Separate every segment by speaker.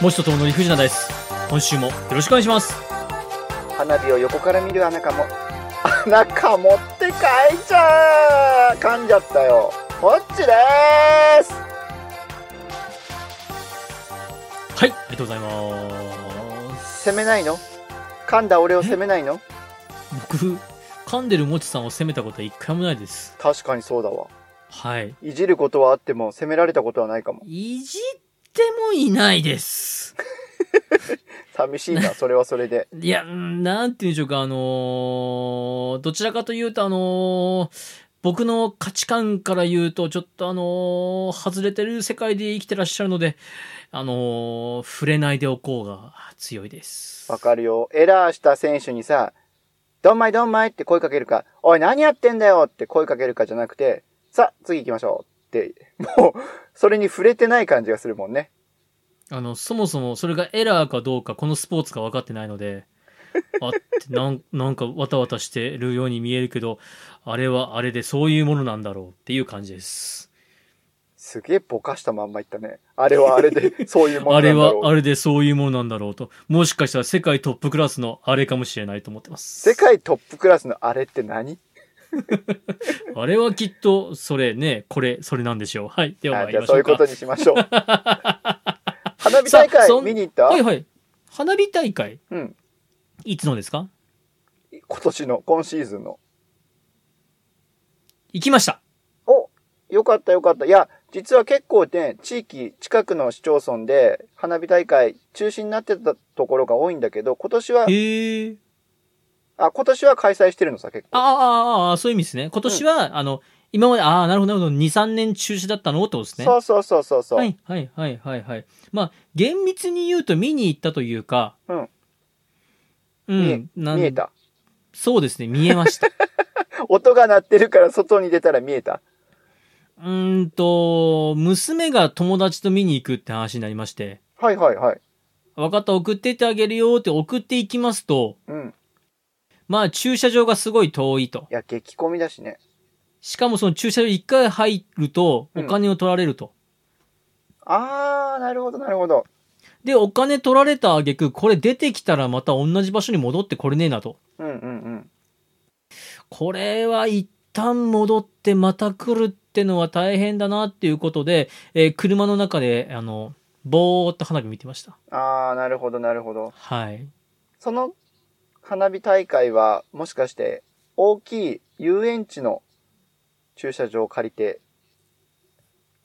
Speaker 1: もしとともの理不尽なです。今週もよろしくお願いします。
Speaker 2: 花火を横から見るあなかもあなかもって書いちゃう噛んじゃったよもっちでーす
Speaker 1: はい、ありがとうございます。
Speaker 2: 責めないの噛んだ俺を責めないの
Speaker 1: 僕、噛んでるもちさんを責めたことは一回もないです。
Speaker 2: 確かにそうだわ
Speaker 1: はい。
Speaker 2: いじることはあっても責められたことはないかも
Speaker 1: いじってもいないです。
Speaker 2: 寂しいなそれはそれで
Speaker 1: いや、うんなんて言うんでしょうか、あのーどちらかというと、あのー僕の価値観から言うと、ちょっとあのー外れてる世界で生きてらっしゃるので、あのー触れないでおこうが強いです。
Speaker 2: わかるよエラーした選手にさ「どんまいどんまい」って声かけるか「おい何やってんだよ」って声かけるかじゃなくて「さあ次行きましょう」ってもうそれに触れてない感じがするもんね
Speaker 1: あの、そもそもそれがエラーかどうか、このスポーツが分かってないの で、あってなん、なんかわたわたしてるように見えるけど、あれはあれでそういうものなんだろうっていう感じです。
Speaker 2: すげえぼかしたまんま言ったね。あれはあ れで、そういうも
Speaker 1: あ
Speaker 2: のな
Speaker 1: れ
Speaker 2: んだ
Speaker 1: は
Speaker 2: ろう。
Speaker 1: あれでそういうものなんだろうと。もしかしたら世界トップクラスのあれかもしれないと思ってます。
Speaker 2: 世界トップクラスのあれって何
Speaker 1: あれはきっと、それね、これ、それなんでしょう。はい。では
Speaker 2: あ
Speaker 1: 参
Speaker 2: じ
Speaker 1: り
Speaker 2: ゃ
Speaker 1: ま
Speaker 2: あ
Speaker 1: しょ
Speaker 2: そういううこと
Speaker 1: か。
Speaker 2: にしま しょう。花火大
Speaker 1: さあ
Speaker 2: 会
Speaker 1: そん
Speaker 2: 見に行った、
Speaker 1: はいはい。花火大会
Speaker 2: うん。
Speaker 1: いつのですか
Speaker 2: 今年の、今シーズンの。
Speaker 1: 行きました。
Speaker 2: およかったよかった。いや、実は結構ね、地域、近くの市町村で花火大会中止になってたところが多いんだけど、今年は、
Speaker 1: へえ。
Speaker 2: あ、今年は開催してるのさ、結構。
Speaker 1: あーあー、あーそういう意味ですね。今年は、あの、今まで、ああ、なるほど、なるほど、2、3年中止だったのってことですね。
Speaker 2: そうそうそうそうそう。
Speaker 1: はい、はい、はい、はい、はい。まあ、厳密に言うと見に行ったというか、
Speaker 2: うん。
Speaker 1: う
Speaker 2: 見え
Speaker 1: ん。なん
Speaker 2: 見えた。
Speaker 1: そうですね、見えました。
Speaker 2: 音が鳴ってるから外に出たら見えた。
Speaker 1: うーんと、娘が友達と見に行くって話になりまして、
Speaker 2: はいはいはい。
Speaker 1: 分かった、送ってってあげるよって送っていきますと、
Speaker 2: うん。
Speaker 1: まあ、駐車場がすごい遠いと。
Speaker 2: いや、激混みだしね。
Speaker 1: しかもその駐車場一回入ると、
Speaker 2: う
Speaker 1: お
Speaker 2: ん
Speaker 1: 金を取られると。
Speaker 2: あー、なるほど、なるほど。
Speaker 1: で、お金取られた挙句、これ出てきたらまた同じ場所に戻ってこれねえなと。
Speaker 2: うんうんうん。
Speaker 1: これは一旦戻ってまた来るってのは大変だなっていうことで、えー車の中で、あの、ぼーっと花火見てました。
Speaker 2: あー、なるほど、なるほど。
Speaker 1: はい。
Speaker 2: その花火大会は、もしかして、大きい遊園地の駐車場を借りて、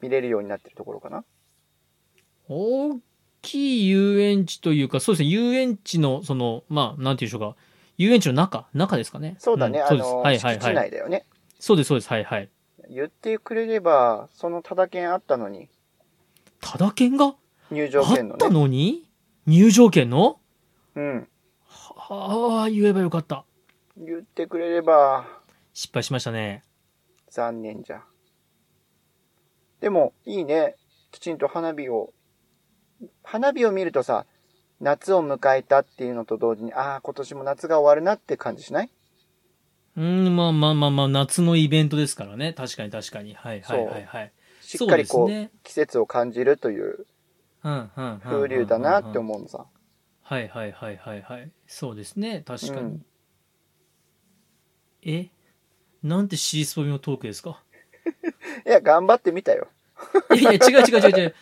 Speaker 2: 見れるようになってるところかな
Speaker 1: 大きい遊園地というか、そうですね、遊園地の、その、まあ、なんていうんでしょうか、遊園地の中、中ですかね。
Speaker 2: そうだね、
Speaker 1: ん
Speaker 2: あ
Speaker 1: そうです。
Speaker 2: の、
Speaker 1: はいはいは
Speaker 2: 敷地
Speaker 1: い。
Speaker 2: 内だよね。
Speaker 1: そうです、そうです、はいはい。
Speaker 2: 言ってくれれば、そのタダ券あったのに、
Speaker 1: ただ券が
Speaker 2: 入場
Speaker 1: あ
Speaker 2: 券
Speaker 1: っ
Speaker 2: の
Speaker 1: た
Speaker 2: ね。
Speaker 1: のに入場券の
Speaker 2: うん。
Speaker 1: ああ、言えばよかった。
Speaker 2: 言ってくれれば、
Speaker 1: 失敗しましたね。
Speaker 2: 残念じゃ。でも、いいね。きちんと花火を。花火を見るとさ、夏を迎えたっていうのと同時に、ああ、今年も夏が終わるなって感じしない、
Speaker 1: うん、まあまあまあまあ、夏のイベントですからね。確かに確かに。はいはいはいはい。
Speaker 2: しっかりこ
Speaker 1: そう
Speaker 2: う、
Speaker 1: ですね
Speaker 2: 季節を感じるという
Speaker 1: うんうんうんうん
Speaker 2: 風流だなって
Speaker 1: う。
Speaker 2: 思うのさ。
Speaker 1: はいはいはいはいはい。そうですね。確かに。
Speaker 2: うん
Speaker 1: えなんてシースポミのトークですか
Speaker 2: いや、頑張ってみたよ。
Speaker 1: いやいや、違う違う違う違う。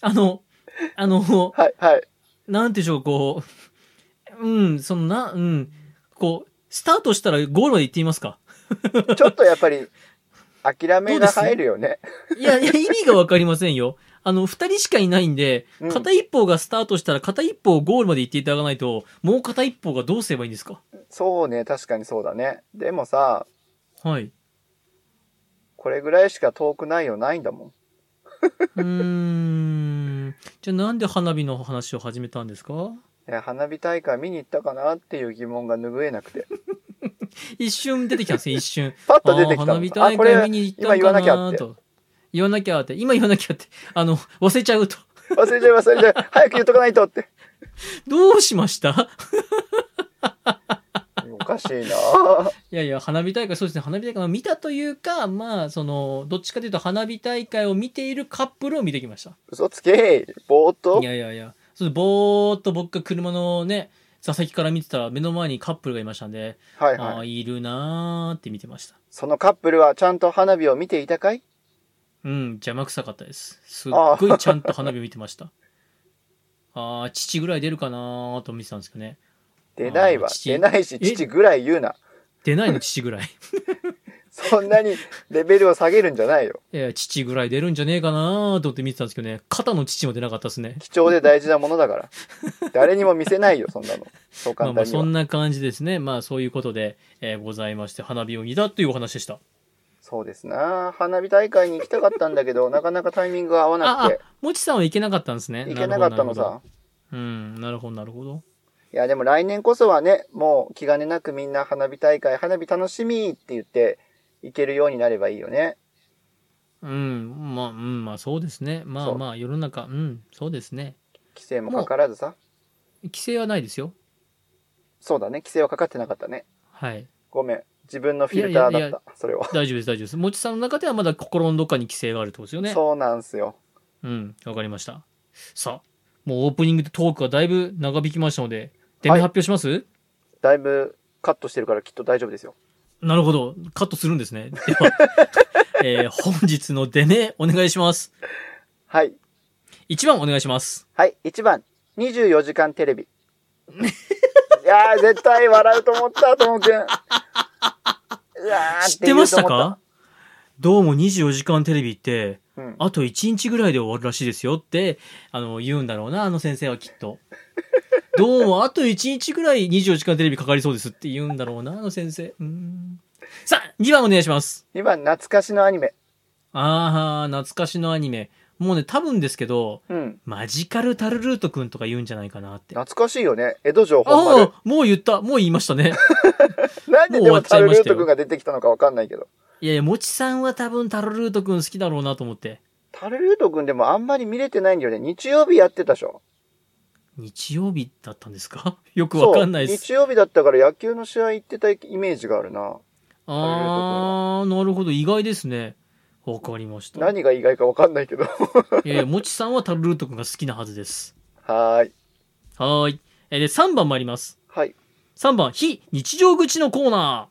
Speaker 1: あの、あの、
Speaker 2: はい、はい。
Speaker 1: なんていうんでしょう、こう、うん、そのな、うん、こう、スタートしたらゴールまで行ってみますか
Speaker 2: ちょっとやっぱり、諦めが入るよね。
Speaker 1: いや、いや意味がわかりませんよ。あの、二人しかいないんで、
Speaker 2: うん
Speaker 1: 片一方がスタートしたら片一方ゴールまで行っていただかないと、もう片一方がどうすればいいんですか
Speaker 2: そうね、確かにそうだね。でもさ、
Speaker 1: はい。
Speaker 2: これぐらいしか遠くないよ、ないんだもん。
Speaker 1: うーん。じゃあなんで花火の話を始めたんですか
Speaker 2: いや花火大会見に行ったかなっていう疑問が拭えなくて。
Speaker 1: 一瞬出てきたんですよ、一瞬。
Speaker 2: パッと出てきた
Speaker 1: あー花
Speaker 2: の
Speaker 1: 火
Speaker 2: あ、
Speaker 1: 大
Speaker 2: これ
Speaker 1: 会見に行った
Speaker 2: 今
Speaker 1: ん
Speaker 2: 言わ
Speaker 1: か
Speaker 2: なきゃ
Speaker 1: な
Speaker 2: って。
Speaker 1: と。言わなきゃって。今言わなきゃって。あの、忘れちゃうと。
Speaker 2: 忘れちゃい忘れちゃい。 早く言っとかないとって。
Speaker 1: どうしました
Speaker 2: おかしいない
Speaker 1: やいや、花火大会、そうですね、花火大会、まあ、見たというか、まあ、その、どっちかというと花火大会を見ているカップルを見てきました。
Speaker 2: 嘘つけぼーっと
Speaker 1: いやいやいや、そのぼーっと僕が車のね、座席から見てたら目の前にカップルがいましたんで、
Speaker 2: はい
Speaker 1: あ
Speaker 2: は
Speaker 1: あ、
Speaker 2: い。
Speaker 1: いるなーって見てました。
Speaker 2: そのカップルはちゃんと花火を見ていたかい
Speaker 1: うん、邪魔くさかったです。すっ
Speaker 2: あ
Speaker 1: ごいちゃんと花火見てました。ああ、父ぐらい出るかなーと見てたんですけどね。
Speaker 2: 出ないわ
Speaker 1: あ。父
Speaker 2: 出ないし、
Speaker 1: え
Speaker 2: 父ぐらい言うな。
Speaker 1: 出ないの父ぐら い。
Speaker 2: そんなにレベルを下げるんじゃないよ。
Speaker 1: いや、父ぐらい出るんじゃねえかなーと思って見てたんですけどね、肩の父も出なかったですね。
Speaker 2: 貴重で大事なもの だから。誰にも見せないよ、そんなの。そう
Speaker 1: まあま
Speaker 2: 簡
Speaker 1: あ
Speaker 2: 単に
Speaker 1: そ
Speaker 2: は。
Speaker 1: んな感じですね。まあそういうことで、えーございまして、花火を見たというお話でした。
Speaker 2: そうですな。花火大会に行きたかったんだけど、なかなかタイミングが合わな
Speaker 1: あ、あ
Speaker 2: くて、、
Speaker 1: もちさんは行けなかったんですね。
Speaker 2: 行けなかった
Speaker 1: るほ
Speaker 2: の
Speaker 1: ど。なる
Speaker 2: さ。
Speaker 1: ほどうん、なるほど、なるほど。
Speaker 2: いや、でも来年こそはね、もう気兼ねなくみんな花火大会、花火楽しみって言って、行けるようになればいいよね。
Speaker 1: うん、まあ、うん、まあそうですね。ま
Speaker 2: そ
Speaker 1: あ
Speaker 2: う
Speaker 1: まあ世の中、うん、そうですね。
Speaker 2: 規制もかからずさ。
Speaker 1: 規制はないですよ。
Speaker 2: そうだね、規制はかかってなかったね。
Speaker 1: はい。
Speaker 2: ごめん。自分のフィルターだった。
Speaker 1: いやいやいや
Speaker 2: それは。
Speaker 1: 大丈夫です、大丈夫です。もちさんの中ではまだ心のどっかに規制があるってことですよね。
Speaker 2: そうなんすよ。
Speaker 1: うん、わかりました。さあ、もうオープニングとトークがだいぶ長引きましたので、デメ発表します、
Speaker 2: だいぶカットしてるからきっと大丈夫ですよ。
Speaker 1: なるほど。カットするんですね。で は、えー本日の出目お願いします。
Speaker 2: はい。
Speaker 1: 1番お願いします。
Speaker 2: はい。1番、24時間テレ ビ。いやー、絶対笑うと思った、ともくん。うわー
Speaker 1: 知ってました
Speaker 2: て言うと思っ
Speaker 1: かどうも24時間テレビって、
Speaker 2: たうん。
Speaker 1: あと1日ぐらいで終わるらしいですよって、あの、言うんだろうな、あの先生はきっと。 どうも、あと1日ぐらい24時間テレビかかりそうですって言うんだろうな、あの先生。うーんさあ、2番お願いします。
Speaker 2: 2番、懐かしのアニメ。
Speaker 1: ああ、懐かしのアニメ。もうね、多分ですけど、
Speaker 2: うん。
Speaker 1: マジカルタルルートくんとか言うんじゃないかなって。あ
Speaker 2: 懐かしいよね。江戸城本丸
Speaker 1: あ。ー、もう言った。もう言いましたね。
Speaker 2: なんで
Speaker 1: も
Speaker 2: で
Speaker 1: う終わ
Speaker 2: も
Speaker 1: っちゃ
Speaker 2: タ
Speaker 1: い
Speaker 2: ル
Speaker 1: ま
Speaker 2: ル
Speaker 1: し
Speaker 2: ー
Speaker 1: たよ
Speaker 2: トくんが出てきたのかわかんないけど。
Speaker 1: いやいや、もちさんは多分タルルートくん好きだろうなと思って。
Speaker 2: タルルートくんでもあんまり見れてないんだよね。日曜日やってたでしょ。
Speaker 1: 日曜日だったんですかよくわかんないで
Speaker 2: そう
Speaker 1: す。
Speaker 2: 日曜日だったから野球の試合行ってたイメージがあるな。
Speaker 1: ああ、なるほど。意外ですね。わかりました。い
Speaker 2: 何が意外かわかんないけど。
Speaker 1: やいや、もちさんはタルルートくんが好きなはずです。
Speaker 2: はーい。
Speaker 1: はーい。えーで、3番参ります。
Speaker 2: はい。
Speaker 1: 3番、非日常口のコーナ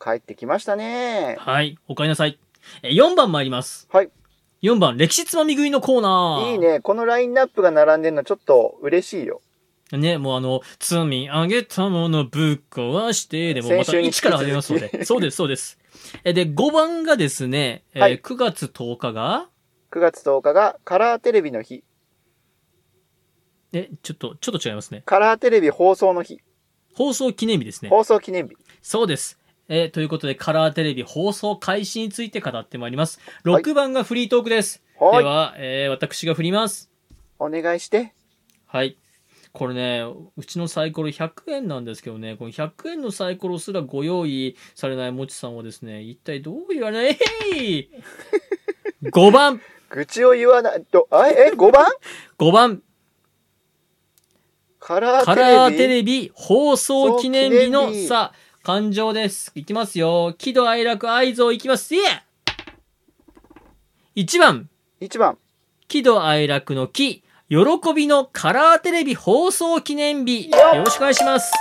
Speaker 2: 帰ってきましたね
Speaker 1: ー。。はい。おかえりなさい。えー4番参ります。
Speaker 2: はい。
Speaker 1: 4番、歴史つまみ食いのコーナー。
Speaker 2: いい。ね。このラインナップが並んでるのちょっと嬉しいよ。
Speaker 1: ね、もうあの、積み上げたものぶっ壊して、でもま
Speaker 2: 先
Speaker 1: た
Speaker 2: 週に引き
Speaker 1: 1から
Speaker 2: 続き
Speaker 1: 始めますので。そうです、そうです。え、で、5番がですね、えー
Speaker 2: はい
Speaker 1: 9月10日が、
Speaker 2: 9月10日がカラーテレビの日。
Speaker 1: え、ちょっと、ちょっと違いますね。
Speaker 2: カラーテレビ放送の日。
Speaker 1: 放送記念日ですね。
Speaker 2: 放送記念日。
Speaker 1: そうです。えーということで、カラーテレビ放送開始について語ってまいります。
Speaker 2: はい
Speaker 1: 6番がフリートークです。
Speaker 2: は
Speaker 1: で
Speaker 2: い。
Speaker 1: は、えー私が振ります。
Speaker 2: お願いして。
Speaker 1: はい。これね、うちのサイコロ100円なんですけどね、この100円のサイコロすらご用意されないもちさんはですね、一体どう言わない ?5 番、
Speaker 2: 愚痴を言わないと、あえ、え、5番
Speaker 1: 5番、
Speaker 2: カラーテ
Speaker 1: カ
Speaker 2: レビ。
Speaker 1: ラーテレビ放送記念日の
Speaker 2: 記念日
Speaker 1: さ、感情です。いきますよ。喜怒哀楽愛憎いきます。いえ !1 番、
Speaker 2: 1番。
Speaker 1: 喜怒哀楽の喜、喜びのカラーテレビ放送記念日。よろしくお願いします。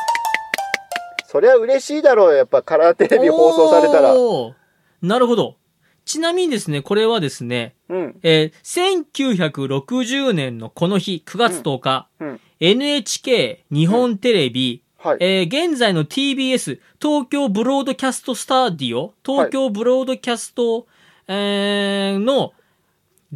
Speaker 2: そりゃ嬉しいだろうよ。やっぱカラーテレビ放送されたら。
Speaker 1: おーなるほど。ちなみにですね、これはですね、
Speaker 2: うん。
Speaker 1: えー1960年のこの日、9月10日、
Speaker 2: うんうん
Speaker 1: NHK 日本テレビ、
Speaker 2: はい。
Speaker 1: えー現在の TBS 東京ブロードキャストスタディオ、東京ブロードキャスト、えーの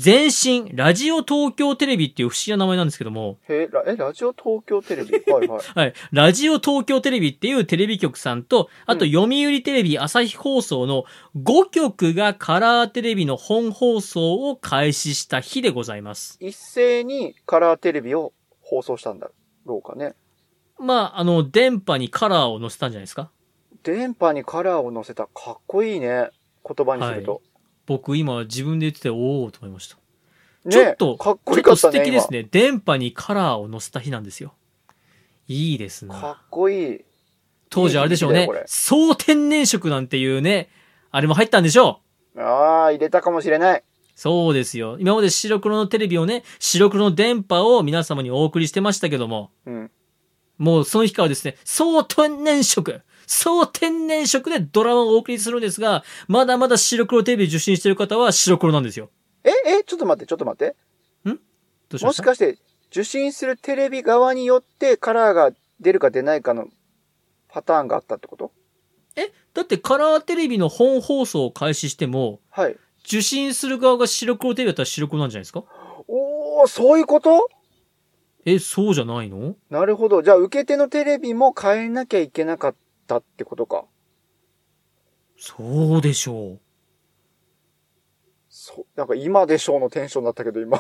Speaker 1: 前身、ラジオ東京テレビっていう不思議な名前なんですけども、
Speaker 2: へえ、ラえラジオ東京テレビ。 はいはい。
Speaker 1: はい。ラジオ東京テレビっていうテレビ局さんと、あと
Speaker 2: うん
Speaker 1: 読売テレビ、朝日放送の5局がカラーテレビの本放送を開始した日でございます。
Speaker 2: 一斉にカラーテレビを放送したんだろうかね。
Speaker 1: まあ、あの、電波にカラーを載せたんじゃないですか
Speaker 2: 電波にカラーを載せた。かっこいいね。言葉にすると。
Speaker 1: 僕今自分で言ってて、おおと思いました。
Speaker 2: ね
Speaker 1: ちょっと、
Speaker 2: かっこ
Speaker 1: ちょっ
Speaker 2: よか
Speaker 1: と
Speaker 2: った
Speaker 1: 素
Speaker 2: ね。
Speaker 1: 敵です
Speaker 2: ね
Speaker 1: ね。電波にカラーを載せた日なんですよ。いいです
Speaker 2: か
Speaker 1: な。
Speaker 2: っこいい。
Speaker 1: 当時あれでしょう
Speaker 2: いい
Speaker 1: ね
Speaker 2: 日だよこ。れ
Speaker 1: 総天然色なんていうね、あれも入ったんでしょう。
Speaker 2: ああ、入れたかもしれない。
Speaker 1: そうですよ。今まで白黒のテレビをね、白黒の電波を皆様にお送りしてましたけども、
Speaker 2: うん。
Speaker 1: もうその日からですね、総天然色、総天然色でドラマをお送りするんですが、まだまだ白黒テレビ受信してる方は白黒なんですよ。
Speaker 2: え、え、ちょっと待って、ちょっと待って。
Speaker 1: どうしま
Speaker 2: も
Speaker 1: し
Speaker 2: したかして、受信するテレビ側によってカラーが出るか出ないかのパターンがあったってこと
Speaker 1: えだってカラーテレビの本放送を開始しても、
Speaker 2: はい。
Speaker 1: 受信する側が白黒テレビだったら白黒なんじゃないですか
Speaker 2: おー、そういうこと
Speaker 1: え、そうじゃないの
Speaker 2: なるほど。じゃあ、受け手のテレビも変えなきゃいけなかったってことか。
Speaker 1: そうでしょ う。
Speaker 2: そう、なんか今でしょうのテンションだったけど、今。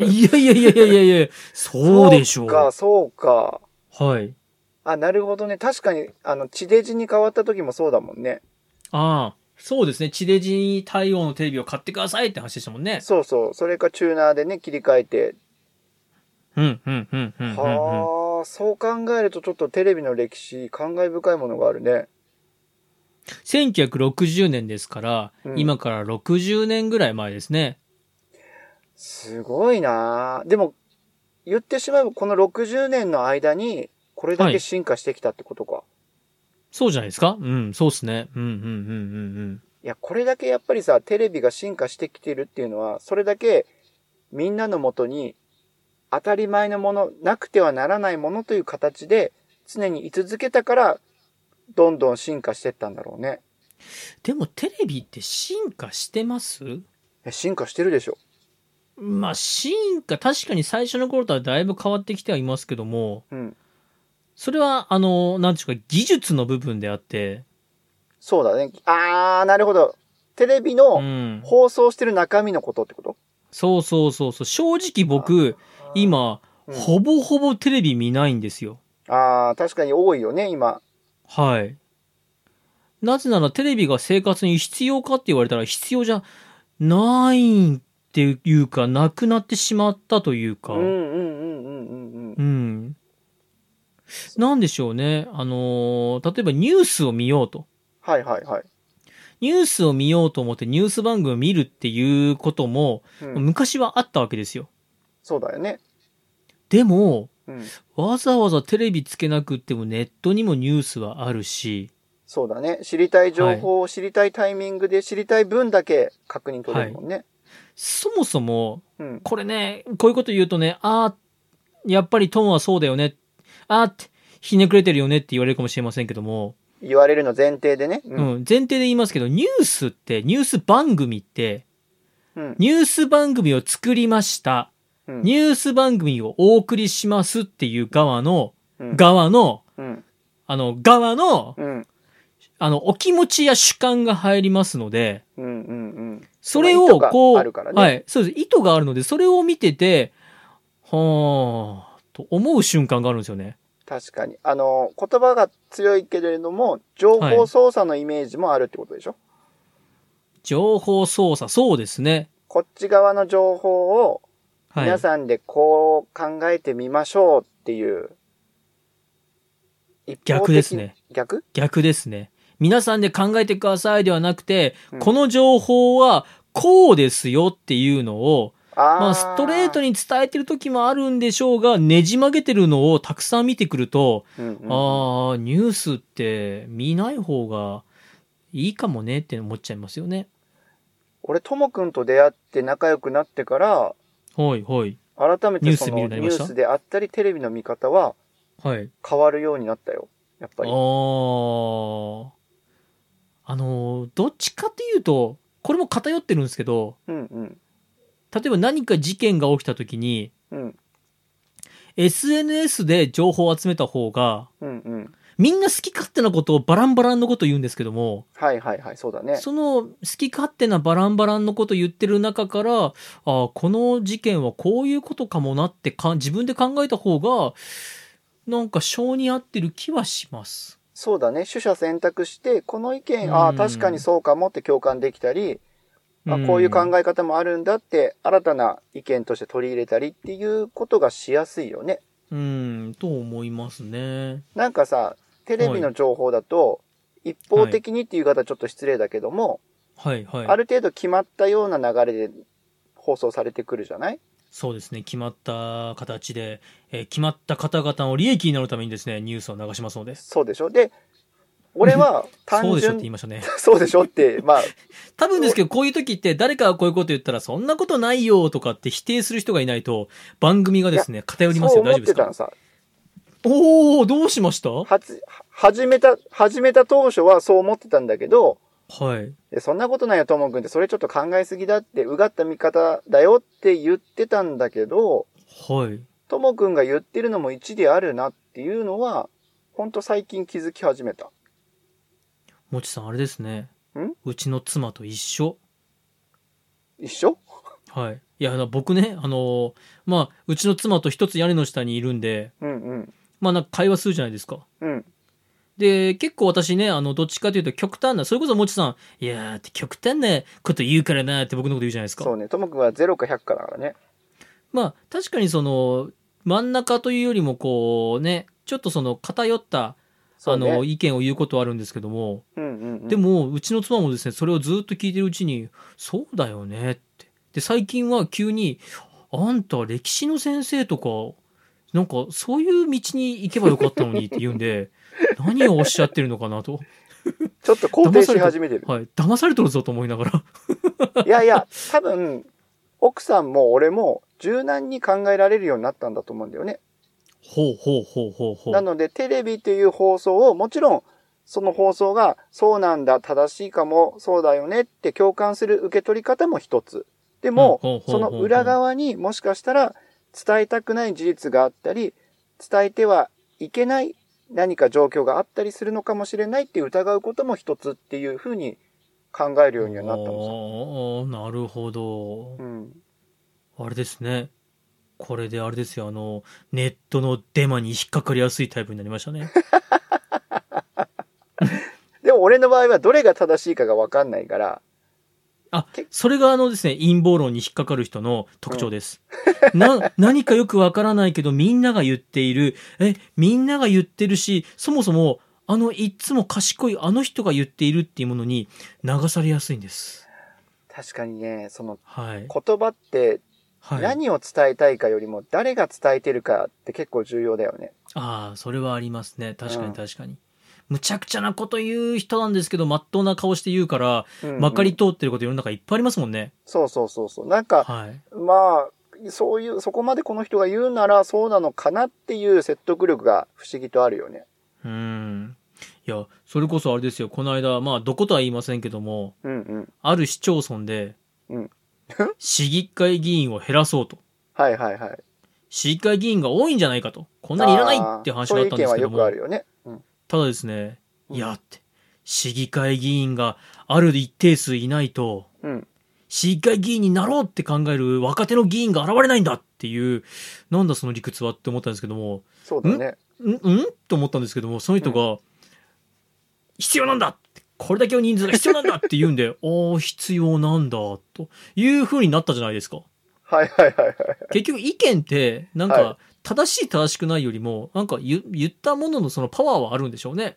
Speaker 1: いやいやいやいやいやいや、 そうでしょう。
Speaker 2: そうか、そうか。
Speaker 1: はい。
Speaker 2: あ、なるほどね。確かに、あの、地デジに変わった時もそうだもんね。
Speaker 1: ああ、そうですね。地デジに対応のテレビを買ってくださいって話でしたもんね。
Speaker 2: そうそう。それかチューナーでね、切り替えて。
Speaker 1: うん、うん、うん、うん。うんうん
Speaker 2: はあ、そう考えるとちょっとテレビの歴史、感慨深いものがあるね。
Speaker 1: 1960年ですから、
Speaker 2: うん
Speaker 1: 今から60年ぐらい前ですね。
Speaker 2: すごいなあでも、言ってしまえばこの60年の間に、これだ
Speaker 1: は
Speaker 2: け
Speaker 1: い
Speaker 2: 進化してきたってことか。
Speaker 1: そうじゃないですかうん、そうですね。うん、うん、うん、うん、うん。
Speaker 2: いや、これだけやっぱりさ、テレビが進化してきてるっていうのは、それだけみんなのもとに当たり前のもの、なくてはならないものという形で常に居続けたから、どんどん進化してったんだろうね。
Speaker 1: でもテレビって進化してます
Speaker 2: え進化してるでしょ。
Speaker 1: まあ進化、確かに最初の頃とはだいぶ変わってきてはいますけども、
Speaker 2: うん。
Speaker 1: それは、あの、なんていうか、技術の部分であって、
Speaker 2: そうだね。あー、なるほど。テレビ
Speaker 1: う
Speaker 2: の
Speaker 1: ん。
Speaker 2: 放送してる中身のことってこと
Speaker 1: そうそうそうそう。正直僕、今、
Speaker 2: うん
Speaker 1: ほぼほぼテレビ見ないんですよ。
Speaker 2: あー、確かに多いよね、今。
Speaker 1: はい。なぜならテレビが生活に必要かって言われたら必要じゃないっていうか、なくなってしまったというか。
Speaker 2: うんうんうんうんうんうん。
Speaker 1: うん。なんでしょうね。あのー例えばニュースを見ようと。
Speaker 2: はいはいはい。
Speaker 1: ニュースを見ようと思ってニュース番組を見るっていうことも、
Speaker 2: うん、
Speaker 1: 昔はあったわけですよ。
Speaker 2: そうだよね。
Speaker 1: でも、
Speaker 2: うん。
Speaker 1: わざわざテレビつけなくってもネットにもニュースはあるし、
Speaker 2: そうだね。知りたい情報を知りたいタイミングで知りたい分だけ確認取れるもんね。
Speaker 1: そもそも、
Speaker 2: うん。
Speaker 1: これね、こういうこと言うとね、あーやっぱりトンはそうだよね、あーって、ひねくれてるよねって言われるかもしれませんけども、
Speaker 2: 言われるの前提でね。
Speaker 1: う
Speaker 2: うんん。、
Speaker 1: 前提で言いますけど、ニュースって、ニュース番組って、
Speaker 2: うん。
Speaker 1: ニュース番組を作りました。
Speaker 2: うん
Speaker 1: ニュース番組をお送りしますっていう側の、
Speaker 2: うん。
Speaker 1: 側の、
Speaker 2: うん。
Speaker 1: あの、側の、
Speaker 2: うん。
Speaker 1: あの、お気持ちや主観が入りますので、
Speaker 2: うん。うん。
Speaker 1: それを、こう、
Speaker 2: その意図があるからね
Speaker 1: はい、そうです。意図があるので、それを見てて、はぁ、と思う瞬間があるんですよね。
Speaker 2: 確かに。あの、言葉が強いけれども、情報操作のイメージもあるってことでしょ、
Speaker 1: 情報操作、そうですね。
Speaker 2: こっち側の情報を
Speaker 1: はい。
Speaker 2: 皆さんでこう考えてみましょうっていう。一方
Speaker 1: 逆
Speaker 2: 的
Speaker 1: ですね。
Speaker 2: 逆
Speaker 1: 逆ですね。皆さんで考えてくださいではなくて、
Speaker 2: うん
Speaker 1: この情報はこうですよっていうのを、
Speaker 2: あー
Speaker 1: まあ、ストレートに伝えてる時もあるんでしょうが、ねじ曲げてるのをたくさん見てくると、
Speaker 2: うんうんうん
Speaker 1: ああ、ニュースって見ない方がいいかもねって思っちゃいますよね。
Speaker 2: 俺、ともくんと出会って仲良くなってから、
Speaker 1: はいはい。
Speaker 2: 改めてその
Speaker 1: ニュース見るようになり
Speaker 2: ニュ
Speaker 1: ました
Speaker 2: ースであったりテレビの見方は
Speaker 1: はい。
Speaker 2: 変わるようになったよ。やっぱ
Speaker 1: あー
Speaker 2: り。
Speaker 1: あのーどっちかっていうとこれも偏ってるんですけど
Speaker 2: うんうん。
Speaker 1: 例えば何か事件が起きた時に
Speaker 2: うん。
Speaker 1: SNS で情報を集めた方が
Speaker 2: うんうん。
Speaker 1: みんな好き勝手なことをバランバランのこと言うんですけども、
Speaker 2: はいはいはい、そうだね。
Speaker 1: その好き勝手なバランバランのこと言ってる中からあーこの事件はこういうことかもなってか自分で考えた方がなんか性に合ってる気はします。
Speaker 2: そうだね。取捨選択して、この
Speaker 1: う
Speaker 2: 意
Speaker 1: ん
Speaker 2: 見、ああ、確かにそうかもって共感できたり、あ
Speaker 1: ん
Speaker 2: こういう考え方もあるんだって、新たな意見として取り入れたりっていうことがしやすいよね。
Speaker 1: うん、と思いますね。
Speaker 2: なんかさ、テレビの情報だと、一方的にっていう言い方はちょっと失礼だけども、
Speaker 1: はいはい。
Speaker 2: ある程度決まったような流れで放送されてくるじゃない
Speaker 1: そうですね、決まった形で、えー決まった方々の利益になるためにですね、ニュースを流しますので。
Speaker 2: そうでしょで、俺は
Speaker 1: そ
Speaker 2: 単
Speaker 1: うでしょって言
Speaker 2: 純
Speaker 1: い、ましたね。
Speaker 2: そうでしょって、 まあ、
Speaker 1: 多分ですけど、こういう時って誰かがこういうこと言ったら、そんなことないよとかって否定する人がいないと、番組がですね、偏ります
Speaker 2: そう
Speaker 1: よ。大
Speaker 2: 思
Speaker 1: 丈夫で
Speaker 2: って
Speaker 1: す
Speaker 2: た
Speaker 1: か
Speaker 2: のさ。
Speaker 1: おー、どうしましたは
Speaker 2: はじ、始めた、始めた当初はそう思ってたんだけど、
Speaker 1: い。
Speaker 2: でそんなことないよ、ともくんって、それちょっと考えすぎだって、うがった見方だよって言ってたんだけど、
Speaker 1: はい。
Speaker 2: ともくんが言ってるのも一理あるなっていうのは、ほんと最近気づき始めた。
Speaker 1: もちさん、あれですね
Speaker 2: ん。
Speaker 1: うちの妻と一緒。
Speaker 2: 一緒
Speaker 1: はい。いや、あの僕ね、あのーまあ、うちの妻と一つ屋根の下にいるんで、
Speaker 2: うんうん。
Speaker 1: まあ、なんか会話するじゃないですか。
Speaker 2: うん。
Speaker 1: で、結構私ね、あの、どっちかというと極端な、それこそもちさん、いやーって極端なこと言うからなーって僕のこと言うじゃないですか。
Speaker 2: そうね。ともくんは0か100かだからね。
Speaker 1: まあ確かにその真ん中というよりもこうねちょっとその偏った、
Speaker 2: そ
Speaker 1: あ
Speaker 2: うね
Speaker 1: の意見を言うことはあるんですけども、
Speaker 2: うんうん、うん。
Speaker 1: で、もうちの妻もですねそれをずっと聞いてるうちに「そうだよね」ってで最近は急に「あんた歴史の先生とかなんかそういう道に行けばよかったのに」って言うん で何をおっしゃってるのかなと、
Speaker 2: ちょっと肯定し始めてる。
Speaker 1: はい、騙されとるぞと思いながら
Speaker 2: いやいや、多分、奥さんも俺も柔軟に考えられるようになったんだと思うんだよね。
Speaker 1: ほうほうほうほうほ
Speaker 2: な
Speaker 1: う
Speaker 2: ので、テレビという放送を、もちろん、その放送が、そうなんだ、正しいかも、そうだよねって共感する受け取り方も一つ。で
Speaker 1: うんほう
Speaker 2: も、
Speaker 1: ほうほ
Speaker 2: そ
Speaker 1: うほ
Speaker 2: の
Speaker 1: う
Speaker 2: 裏側にもしかしたら、伝えたくない事実があったり、伝えてはいけない何か状況があったりするのかもしれないって疑うことも一つっていうふうに考えるようにはなったの
Speaker 1: おーなるほど
Speaker 2: さ。うん。
Speaker 1: あれですね。これであれですよ、あの、ネットのデマに引っかかりやすいタイプになりました ね。
Speaker 2: でも俺の場合はどれが正しいかがわかんないから、
Speaker 1: あ
Speaker 2: け、
Speaker 1: それがあのですね、陰謀論に引っかかる人の特徴です。な、何かよくわからないけど、みんなが言っている、え、みんなが言ってるし、そもそも、あの、いっつも賢いあの人が言っているっていうものに流されやすいんです。
Speaker 2: 確かにね、その
Speaker 1: はい。
Speaker 2: 言葉って
Speaker 1: はい。
Speaker 2: 何を伝えたいかよりも誰が伝えてるかって結構重要だよね。
Speaker 1: ああ、それはありますね。確か
Speaker 2: う
Speaker 1: に
Speaker 2: ん
Speaker 1: 確かに。むちゃくちゃなこと言う人なんですけど、まっとうな顔して言うから、
Speaker 2: うんうん
Speaker 1: まかり通ってること世の中いっぱいありますもんね。
Speaker 2: そうそうそうそう。なんか、
Speaker 1: はい。
Speaker 2: まあ、そういう、そこまでこの人が言うならそうなのかなっていう説得力が不思議とあるよね。
Speaker 1: うん。いや、それこそあれですよ。この間、まあ、どことは言いませんけども、
Speaker 2: うんうん。
Speaker 1: ある市町村で
Speaker 2: うん、
Speaker 1: 市議会議員を減らそうと。
Speaker 2: はいはいはい。
Speaker 1: 市議会議員が多いんじゃないかと。こんなにいらないって話があったんですけど
Speaker 2: あーそういう意見はよくあ
Speaker 1: も
Speaker 2: る、よね。うん。
Speaker 1: ただですね、
Speaker 2: うん
Speaker 1: いやって、市議会議員がある一定数いないと、
Speaker 2: うん。
Speaker 1: 市議会議員になろうって考える若手の議員が現れないんだっていう、なんだその理屈はって思ったんですけども、
Speaker 2: そうだね。
Speaker 1: んんと思ったんですけどもその人が、必要なんだってこれだけの人数が必要なんだって言うんで ああ必要なんだというふうになったじゃないですか
Speaker 2: はいはいはいはい。
Speaker 1: 結局意見ってなんか、
Speaker 2: は
Speaker 1: 正しい正しくないよりもなんか言言ったもののそのパワーはあるんでしょうね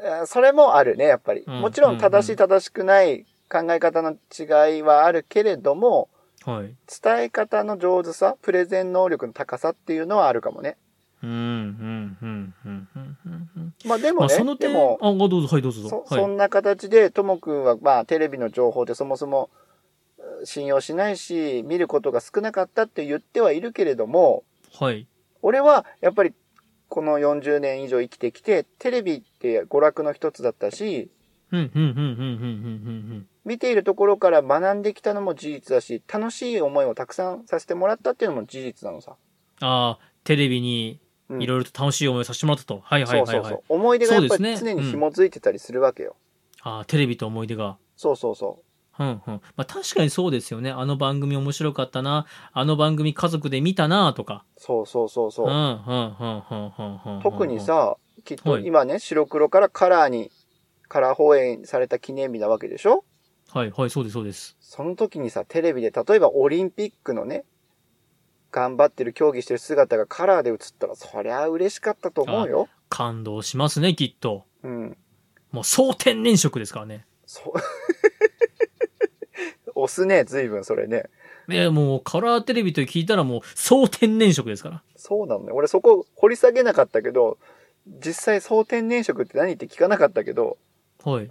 Speaker 2: えーそれもあるね、やっぱり。
Speaker 1: うん
Speaker 2: もちろん正しい正しくない考え方の違いはあるけれども、
Speaker 1: はい
Speaker 2: 伝え方の上手さ、プレゼン能力の高さっていうのはあるかもね。
Speaker 1: うんうんうんうんうんうんうん
Speaker 2: まあでも
Speaker 1: まあ
Speaker 2: ね、
Speaker 1: その
Speaker 2: で
Speaker 1: 点あ
Speaker 2: も、
Speaker 1: どうぞはいどうぞ
Speaker 2: そ
Speaker 1: はい
Speaker 2: そんな形で、ともくんは、まあ、テレビの情報ってそもそもう信用しないし、見ることが少なかったって言ってはいるけれども、
Speaker 1: はい
Speaker 2: 俺は、やっぱり、この40年以上生きてきて、テレビって娯楽の一つだったし、
Speaker 1: うんうんうんうんうんうん
Speaker 2: 見ているところから学んできたのも事実だし、楽しい思いをたくさんさせてもらったっていうのも事実なのさ。
Speaker 1: うんああテレビに
Speaker 2: うん
Speaker 1: いろいろと楽しい思いをさせてもらったと、はいはい
Speaker 2: そ
Speaker 1: はいうはい
Speaker 2: そうそう。思い出がやっぱ
Speaker 1: そうで
Speaker 2: り
Speaker 1: す
Speaker 2: 常
Speaker 1: ね
Speaker 2: に紐づいてたりするわけよ。
Speaker 1: ああテレビと思い出が
Speaker 2: そうそうそ
Speaker 1: うんうん。まあ確かにそうですよね。あの番組面白かったな。あの番組家族で見たなとか。
Speaker 2: う。そうそうそうそうう。
Speaker 1: んうんうんうんうんうん。
Speaker 2: 特に。さ、きっ
Speaker 1: は
Speaker 2: と
Speaker 1: い
Speaker 2: 今ね、白黒からカラーに、カラー放映された記念日なわけでしょ
Speaker 1: はいはい、そうですそうです。
Speaker 2: その時にさ、テレビで例えばオリンピックのね、頑張ってる競技してる姿がカラーで映ったら、そりゃ嬉しかったと思うよ。
Speaker 1: 感動しますね、きっと。
Speaker 2: うん。
Speaker 1: もう総天然色ですからね。
Speaker 2: そう。 押すね、随分それね。
Speaker 1: いや、もうカラーテレビと聞いたらもう総天然色ですから。
Speaker 2: そうなのね。俺そこ掘り下げなかったけど、実際総天然色って何って聞かなかったけど、
Speaker 1: はい。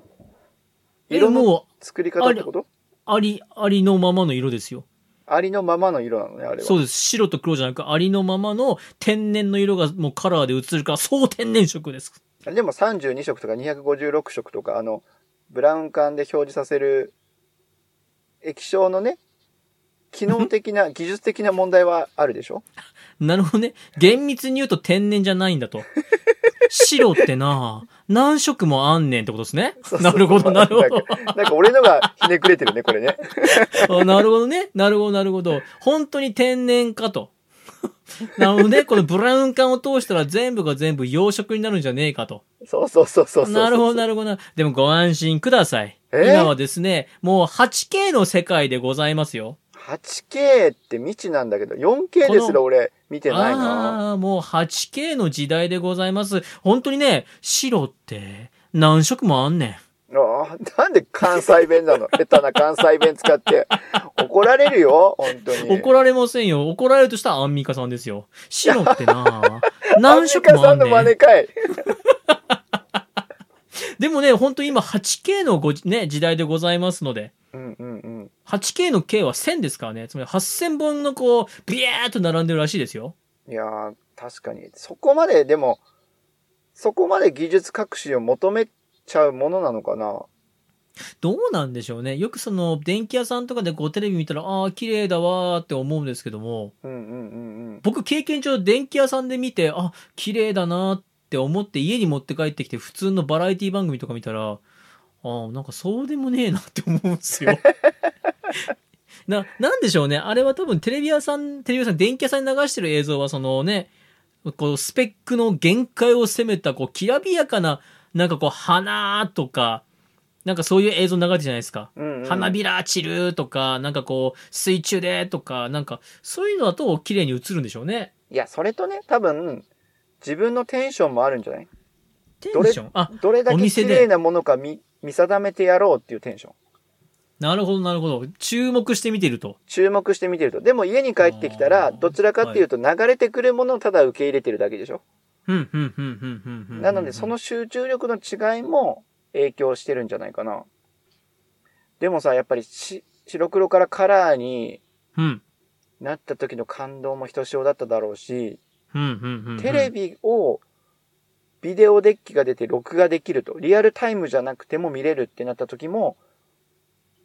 Speaker 1: え、
Speaker 2: 色の
Speaker 1: もう、
Speaker 2: 作り方ってこと
Speaker 1: あり、ありのままの色ですよ。
Speaker 2: ありのままの色なのね、あれは。
Speaker 1: そうです。白と黒じゃなく、ありのままの天然の色がもうカラーで映るから、総天然色です。
Speaker 2: でも32色とか256色とか、あの、ブラウン管で表示させる液晶のね、機能 的な、技術的な問題はあるでしょ
Speaker 1: なるほどね。厳密に言うと天然じゃないんだと。白ってな何色もあんねんってことですね。
Speaker 2: そうそう
Speaker 1: なるほど、なるほ
Speaker 2: なんかなんか俺のがひねくれてるね、これね。
Speaker 1: ど。あなるほどね。なるほど、なるほど。本当に天然かと。なるほどね。このブラウン管を通したら全部が全部養殖になるんじゃねえかと。
Speaker 2: そうそうそうそうそう。
Speaker 1: なるほど、なるほどな。でもご安心ください。
Speaker 2: えー
Speaker 1: 今はですね、もう 8K の世界でございますよ。
Speaker 2: 8K って未知なんだけど、4K です
Speaker 1: こ
Speaker 2: ら
Speaker 1: の
Speaker 2: 俺見てないな。
Speaker 1: ああー、もう 8K の時代でございます。本当にね、白って何色もあんねん。
Speaker 2: あーなんで関西弁 なの下手な関西弁使って。怒られるよ、本当に。
Speaker 1: 怒られませんよ。怒られるとしたらアンミカさんですよ。白ってな 何色も
Speaker 2: アンミカ
Speaker 1: あ
Speaker 2: さ
Speaker 1: ん
Speaker 2: んの真
Speaker 1: ねん
Speaker 2: 似。かい。
Speaker 1: でもね、本当今 8K のごじ、ね、時代でございますので、
Speaker 2: うんうんうん。
Speaker 1: 8K の K は1000ですからね。つまり8000本のこう、ビヤーっと並んでるらしいですよ。
Speaker 2: いやー、確かに。そこまで、でも、そこまで技術革新を求めちゃうものなのかな
Speaker 1: どうなんでしょうね。よくその、電気屋さんとかでこうテレビ見たら、ああ、綺麗だわーって思うんですけども、
Speaker 2: うんうんうんうん。
Speaker 1: 僕経験上電気屋さんで見て、あ、綺麗だなーって思って家に持って帰ってきて普通のバラエティ番組とか見たら、あーなんかそうでもねえなって思うんですよ。 な、なんでしょうね。あれは多分テレビ屋さん、テレビ屋さん、電気屋さんに流してる映像はそのね、こうスペックの限界を攻めた、こうきらびやかな、なんかこう花とか、なんかそういう映像流れてるじゃないですか。
Speaker 2: うんうん、
Speaker 1: 花びら散るとか、なんかこう、水中でとか、なんか、そういうのだと綺麗に映るんでしょうね。
Speaker 2: いや、それとね、多分、自分のテンションもあるんじゃない
Speaker 1: テ
Speaker 2: どれ
Speaker 1: ンション。あ、
Speaker 2: どれだ
Speaker 1: お
Speaker 2: け
Speaker 1: 店
Speaker 2: 綺
Speaker 1: で
Speaker 2: 麗なものか見見定めてやろうっていうテンション。
Speaker 1: なるほど、なるほど。注目して見てると。
Speaker 2: 注目して見てると。でも家に帰ってきたら、
Speaker 1: あー
Speaker 2: どちらかっていうと流れてくるものをただ受け入れてるだけでしょ。
Speaker 1: うん、うん、うん、うん、うんうん。
Speaker 2: なので、その集中力の違いも影響してるんじゃないかな。でもさ、やっぱりし白黒からカラーに
Speaker 1: うん、
Speaker 2: なった時の感動もひとしおだっただろうし、
Speaker 1: うん、うん、うん。
Speaker 2: テレビをビデオデッキが出て録画できると、リアルタイムじゃなくても見れるってなった時も、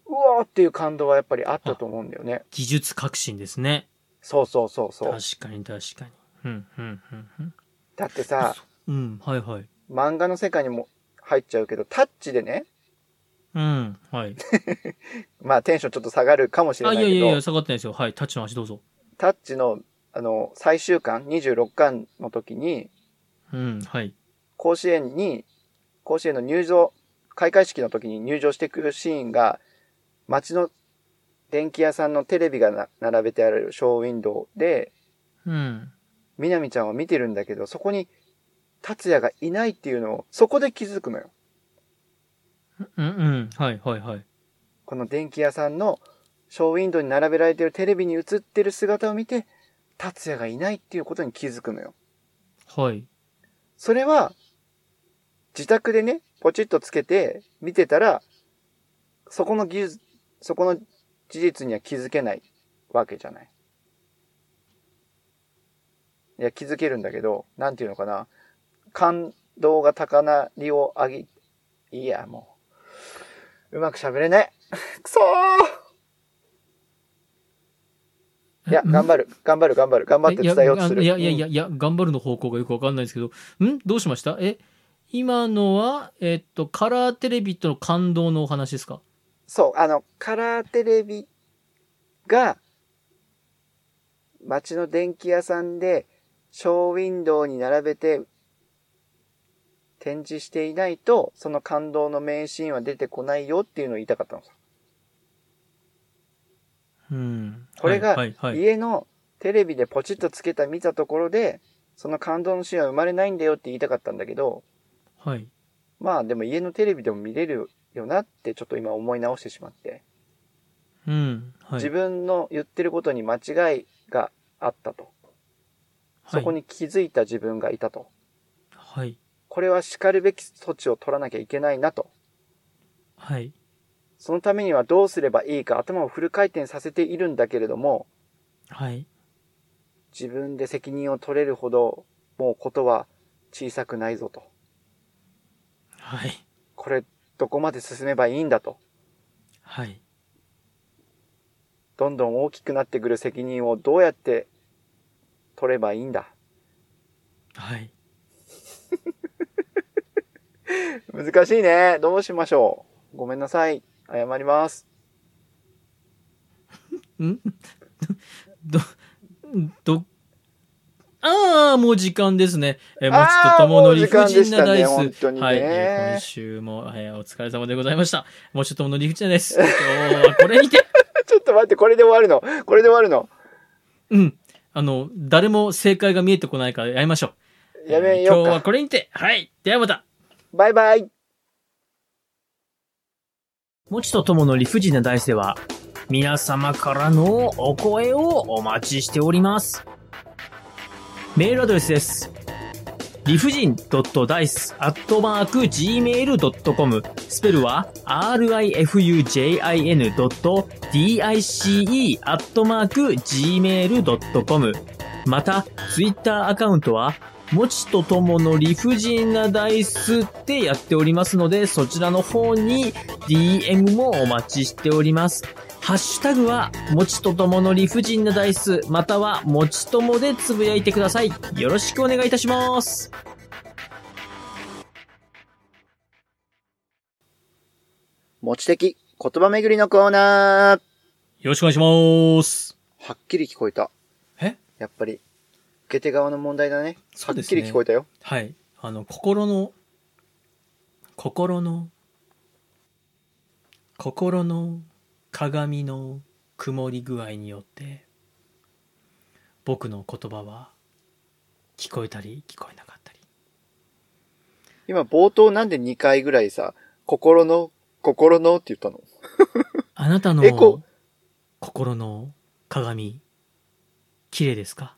Speaker 2: うわーっていう感動はやっぱりあったと思うんだよね。
Speaker 1: 技術革新ですね。
Speaker 2: そうそうそうそう
Speaker 1: 確。かに、確かに。うん、うん、うん、うん。
Speaker 2: だってさ、
Speaker 1: うん、はい、はい。
Speaker 2: 漫画の世界にも入っちゃうけど、タッチでね、
Speaker 1: うん、はい。
Speaker 2: まあテンションちょっと下がるかもしれ
Speaker 1: あ、
Speaker 2: ないいけ
Speaker 1: や
Speaker 2: ど、
Speaker 1: いやいや、下がってないですよ。はい、タッチの足どうぞ。
Speaker 2: タッチの、あの、最終巻、26巻の時に、
Speaker 1: うん、はい。
Speaker 2: 甲子園に、甲子園の入場、開会式の時に入場してくるシーンが、街の電気屋さんのテレビがな並べてあるショーウィンドウで、
Speaker 1: うん。
Speaker 2: みなみちゃんは見てるんだけど、そこに、達也がいないっていうのを、そこで気づくのよ。
Speaker 1: うん、うん、はい、はい、はい。
Speaker 2: この電気屋さんのショーウィンドウに並べられてるテレビに映ってる姿を見て、達也がいないっていうことに気づくのよ。
Speaker 1: はい。
Speaker 2: それは、自宅でね、ポチッとつけて見てたら、そこの技術、そこの事実には気づけないわけじゃない。いや、気づけるんだけど、なんていうのかな。感動が高鳴りを上げ、いいや、もう。うまく喋れない。 くそーいや、
Speaker 1: うん
Speaker 2: 頑張る。頑張る、頑張る。頑張って伝えようとする。
Speaker 1: いやいやいやいや、頑張るの方向がよくわかんないですけど、んどうしましたえ、今のは、えっと、カラーテレビとの感動のお話ですか
Speaker 2: そう、あの、カラーテレビが、街の電気屋さんで、ショーウィンドウに並べて、展示していないと、その感動の名シーンは出てこないよっていうのを言いたかったのさ。
Speaker 1: うん。
Speaker 2: これが
Speaker 1: はい、はい、はい。
Speaker 2: 家のテレビでポチッとつけた見たところで、その感動のシーンは生まれないんだよって言いたかったんだけど、
Speaker 1: はい。
Speaker 2: まあでも家のテレビでも見れるよなってちょっと今思い直してしまって。
Speaker 1: ううん。はい。
Speaker 2: 自分の言ってることに間違いがあったと。そこ
Speaker 1: に。
Speaker 2: に気づいた自分がいたと。
Speaker 1: はい。
Speaker 2: これは叱るべき措置を取らなきゃいけないなと。
Speaker 1: はい。
Speaker 2: そのためにはどうすればいいか頭をフル回転させているんだけれども、
Speaker 1: はい。
Speaker 2: 自分で責任を取れるほど、もうことは小さくないぞと。
Speaker 1: はい。
Speaker 2: これ、どこまで進めばいいんだと。
Speaker 1: はい。
Speaker 2: どんどん大きくなってくる責任をどうやって取ればいいんだ。
Speaker 1: はい。
Speaker 2: 難しいね。どうしましょう。ごめんなさい。謝ります。
Speaker 1: んど、ど、ああ、もう時間ですね。え、もちとともの理不尽なダイ
Speaker 2: あーもう時間でし
Speaker 1: ス。
Speaker 2: たね本当にね
Speaker 1: はい、えー今週も、えーお疲れ様でございました。もちとともの理不尽なダイス。今日はこれにて、
Speaker 2: ちょっと待って、これで終わるの。これで終わるの。
Speaker 1: うん。あの、誰も正解が見えてこないからやりましょう。
Speaker 2: やめ
Speaker 1: えー
Speaker 2: よう
Speaker 1: 今日は
Speaker 2: か。
Speaker 1: これにて、はい。ではまた。
Speaker 2: バイバイ。
Speaker 1: もちとともの理不尽な大世は、皆様からのお声をお待ちしております。メールアドレスです。理不尽 d i c e g m a i l c o m スペルは rifujin.dice g m a i l c o m また、ツイッターアカウントは、もちとともの理不尽なダイスってやっておりますので、そちらの方に DM もお待ちしております。ハッシュタグは、もちとともの理不尽なダイス、または、もちともでつぶやいてください。よろしくお願いいたします。
Speaker 2: 持ち的言葉巡りのコーナー。
Speaker 1: よろしくお願いします。
Speaker 2: はっきり聞こえた。
Speaker 1: え
Speaker 2: やっぱり、受け手側の問題だね。
Speaker 1: そうです
Speaker 2: は
Speaker 1: ね
Speaker 2: っきり聞こえたよ。
Speaker 1: はい。あの、心の、心の、心の鏡の曇り具合によって、僕の言葉は聞こえたり聞こえなかったり。
Speaker 2: 今、冒頭なんで2回ぐらいさ、心の、心のって言ったの
Speaker 1: あなたの
Speaker 2: えこ
Speaker 1: 心の鏡、綺麗ですか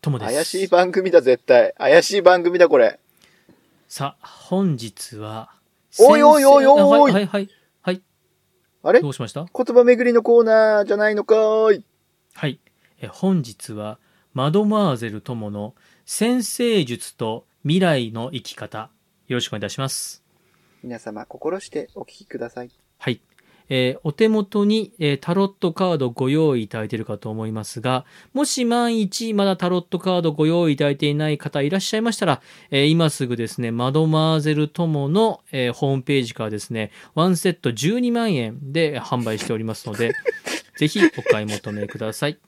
Speaker 1: 友です。
Speaker 2: 怪しい番組だ、絶対。怪しい番組だ、これ。
Speaker 1: さあ、本日は、
Speaker 2: おいおいおいおい
Speaker 1: 先生
Speaker 2: おい
Speaker 1: はいはいはい。はい。
Speaker 2: あれ
Speaker 1: どうしました
Speaker 2: 言葉巡りのコーナーじゃないのかーい。
Speaker 1: はい。え本日は、マドマーゼル友の先生術と未来の生き方、よろしくお願いいたします。
Speaker 2: 皆様、心してお聞きください。
Speaker 1: はい。えーお手元に、えータロットカードご用意いただいているかと思いますが、もし万一まだタロットカードご用意いただいていない方いらっしゃいましたら、えー今すぐですね、マドマーゼル友の、えーホームページからですね、ワンセット12万円で販売しておりますので、ぜひお買い求めください。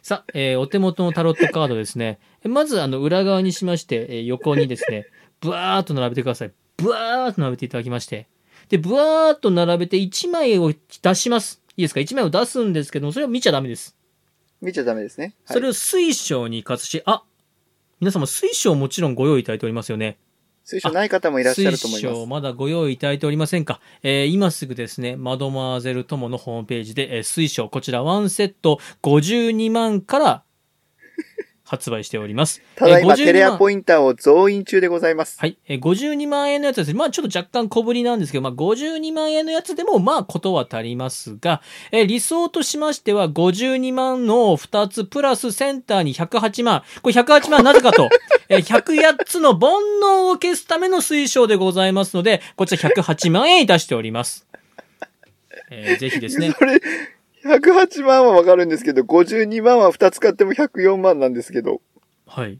Speaker 1: さあ、えーお手元のタロットカードですね。えまず、あの、裏側にしまして、えー横にですね、ブワーっと並べてください。ブワーっと並べていただきまして。で、ブワーっと並べて1枚を出します。いいですか ?1 枚を出すんですけども、それを見ちゃダメです。
Speaker 2: 見ちゃダメですね。はい
Speaker 1: それを水晶に活かすし、あ皆様水晶もちろんご用意いただいておりますよね。
Speaker 2: 推奨ない方もいらっしゃると思い
Speaker 1: 水
Speaker 2: ま
Speaker 1: 晶
Speaker 2: す。
Speaker 1: まだご用意いただいておりませんか、えー今すぐですね、マドマーゼル友のホームページで、えー水晶、こちらワンセット52万から発売しております。
Speaker 2: ただいま、
Speaker 1: えー52
Speaker 2: テレア
Speaker 1: 万
Speaker 2: ポインターを増員中でございます。
Speaker 1: はい。えー、52万円のやつですね。まあちょっと若干小ぶりなんですけど、まあ52万円のやつでもまあことは足りますが、えー理想としましては52万の2つプラスセンターに108万。これ108万なぜかと、 えー108つの煩悩を消すための推奨でございますので、こちら108万円いたしております。えーぜひです ね。
Speaker 2: それ、108万はわかるんですけど、52万は2つ買っても104万なんですけど。
Speaker 1: はい。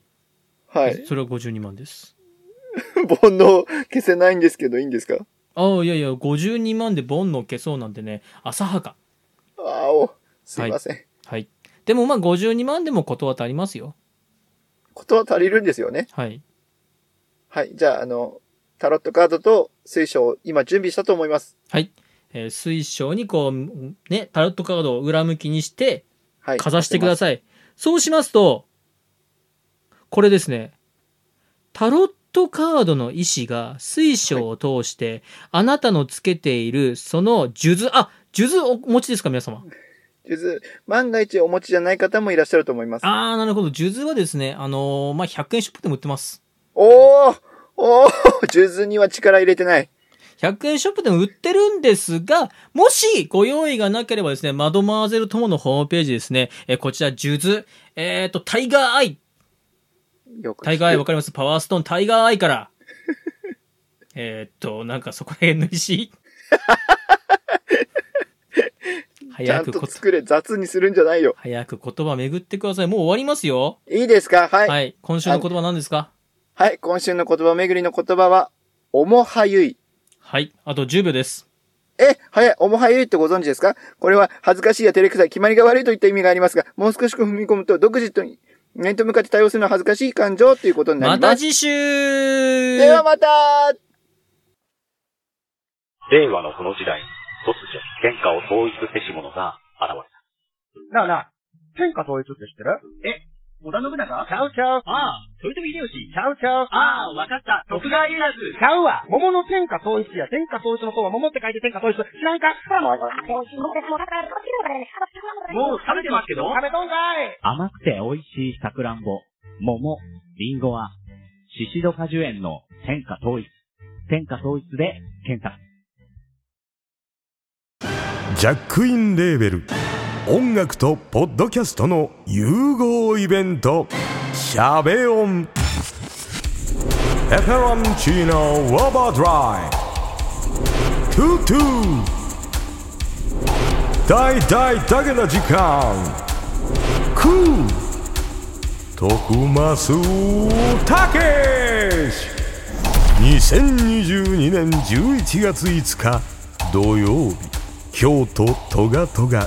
Speaker 2: はい。
Speaker 1: それは52万です。
Speaker 2: 煩悩消せないんですけど、いいんですか
Speaker 1: ああ、いやいや、52万で煩悩消そうなんてね、浅はか。
Speaker 2: あお、すいません。
Speaker 1: はい。でもまあ52万でもことは足りますよ。
Speaker 2: ことは足りるんですよね。
Speaker 1: はい。
Speaker 2: はい。じゃあ、あの、タロットカードと水晶を今準備したと思います。
Speaker 1: はい。えー水晶にこう、ね、タロットカードを裏向きにして、
Speaker 2: はい。
Speaker 1: かざしてくだ
Speaker 2: さ
Speaker 1: さい。そうしますと、これですね、タロットカードの意思が水晶を通して、あなたのつけているその数珠、あ、数珠お持ちですか、皆様。
Speaker 2: 数珠、万が一お持ちじゃない方もいらっしゃると思います。
Speaker 1: あー、なるほど。数珠はですね、あのーまあ、100円ショップでも売ってます。
Speaker 2: おーおー数珠には力入れてない。
Speaker 1: 100円ショップでも売ってるんですが、もしご用意がなければですね、マドマーゼル友のホームページですね、えーこちら、数珠、えっ、と、タイガーアイ、
Speaker 2: よく聞く。
Speaker 1: タイガーアイわかりますパワーストーンタイガーアイから。 えっと、なんかそこら辺の 石
Speaker 2: ちゃ
Speaker 1: 早
Speaker 2: ん
Speaker 1: く
Speaker 2: と
Speaker 1: こ、
Speaker 2: 作れ、雑にするんじゃないよ。
Speaker 1: 早く言葉巡ってください。もう終わりますよ。
Speaker 2: いいですかはい。
Speaker 1: は
Speaker 2: はい、
Speaker 1: い。今週の言葉何ですか
Speaker 2: 今週の言葉巡りの言葉は、おもはゆい。
Speaker 1: はい。あと10秒です。
Speaker 2: え、早い、おもはゆいってご存知ですかこれは恥ずかしいや照れくさい、決まりが悪いといった意味がありますが、もう少し踏み込むと、独自とに、面と向かって対応するのは恥ずかしい感情ということにな
Speaker 1: ま
Speaker 2: りま
Speaker 1: た
Speaker 2: す。
Speaker 1: 次週
Speaker 2: ではまた
Speaker 3: 令和のこの時代、突如、天下を統一せし者が現れた。
Speaker 4: なあなあ、天下統一って知ってる
Speaker 3: 織田信長
Speaker 4: ちゃうちゃう。
Speaker 3: ああ、豊臣秀吉。
Speaker 4: ちゃうちゃう。
Speaker 3: ああ、わかった。徳川家康。
Speaker 4: ちゃうわ。桃の天下統一や。天下統一の方は桃って書いて天下統一。知らんか
Speaker 3: もう食べてますけど
Speaker 4: 食べとんかい
Speaker 5: 甘くて美味しいさくらんぼ、桃、りんごは、シシド果樹園の天下統一。天下統一で検索。
Speaker 6: ジャックインレーベル音楽とポッドキャストの融合イベント「シャベオン」「エフェロンチーノウォーバードライ」「トゥトゥ」「大大だけな時間」「クー」「徳マスたけし」2022年11月5日土曜日京都トガトガ